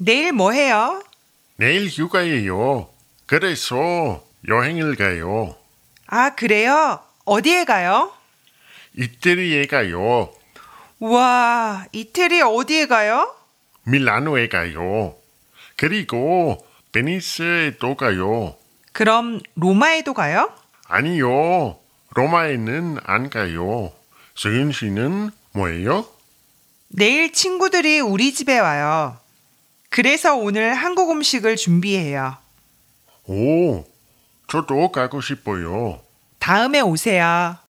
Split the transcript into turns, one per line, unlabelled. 내일 뭐 해요?
내일 휴가예요. 그래서 여행을 가요.
아, 그래요? 어디에 가요?
이태리에 가요.
와, 이태리 어디에 가요?
밀라노에 가요. 그리고 베니스에도 가요.
그럼 로마에도 가요?
아니요. 로마에는 안 가요. 소윤 씨는 뭐예요?
내일 친구들이 우리 집에 와요. 그래서 오늘 한국 음식을 준비해요.
오, 저도 가고 싶어요.
다음에 오세요.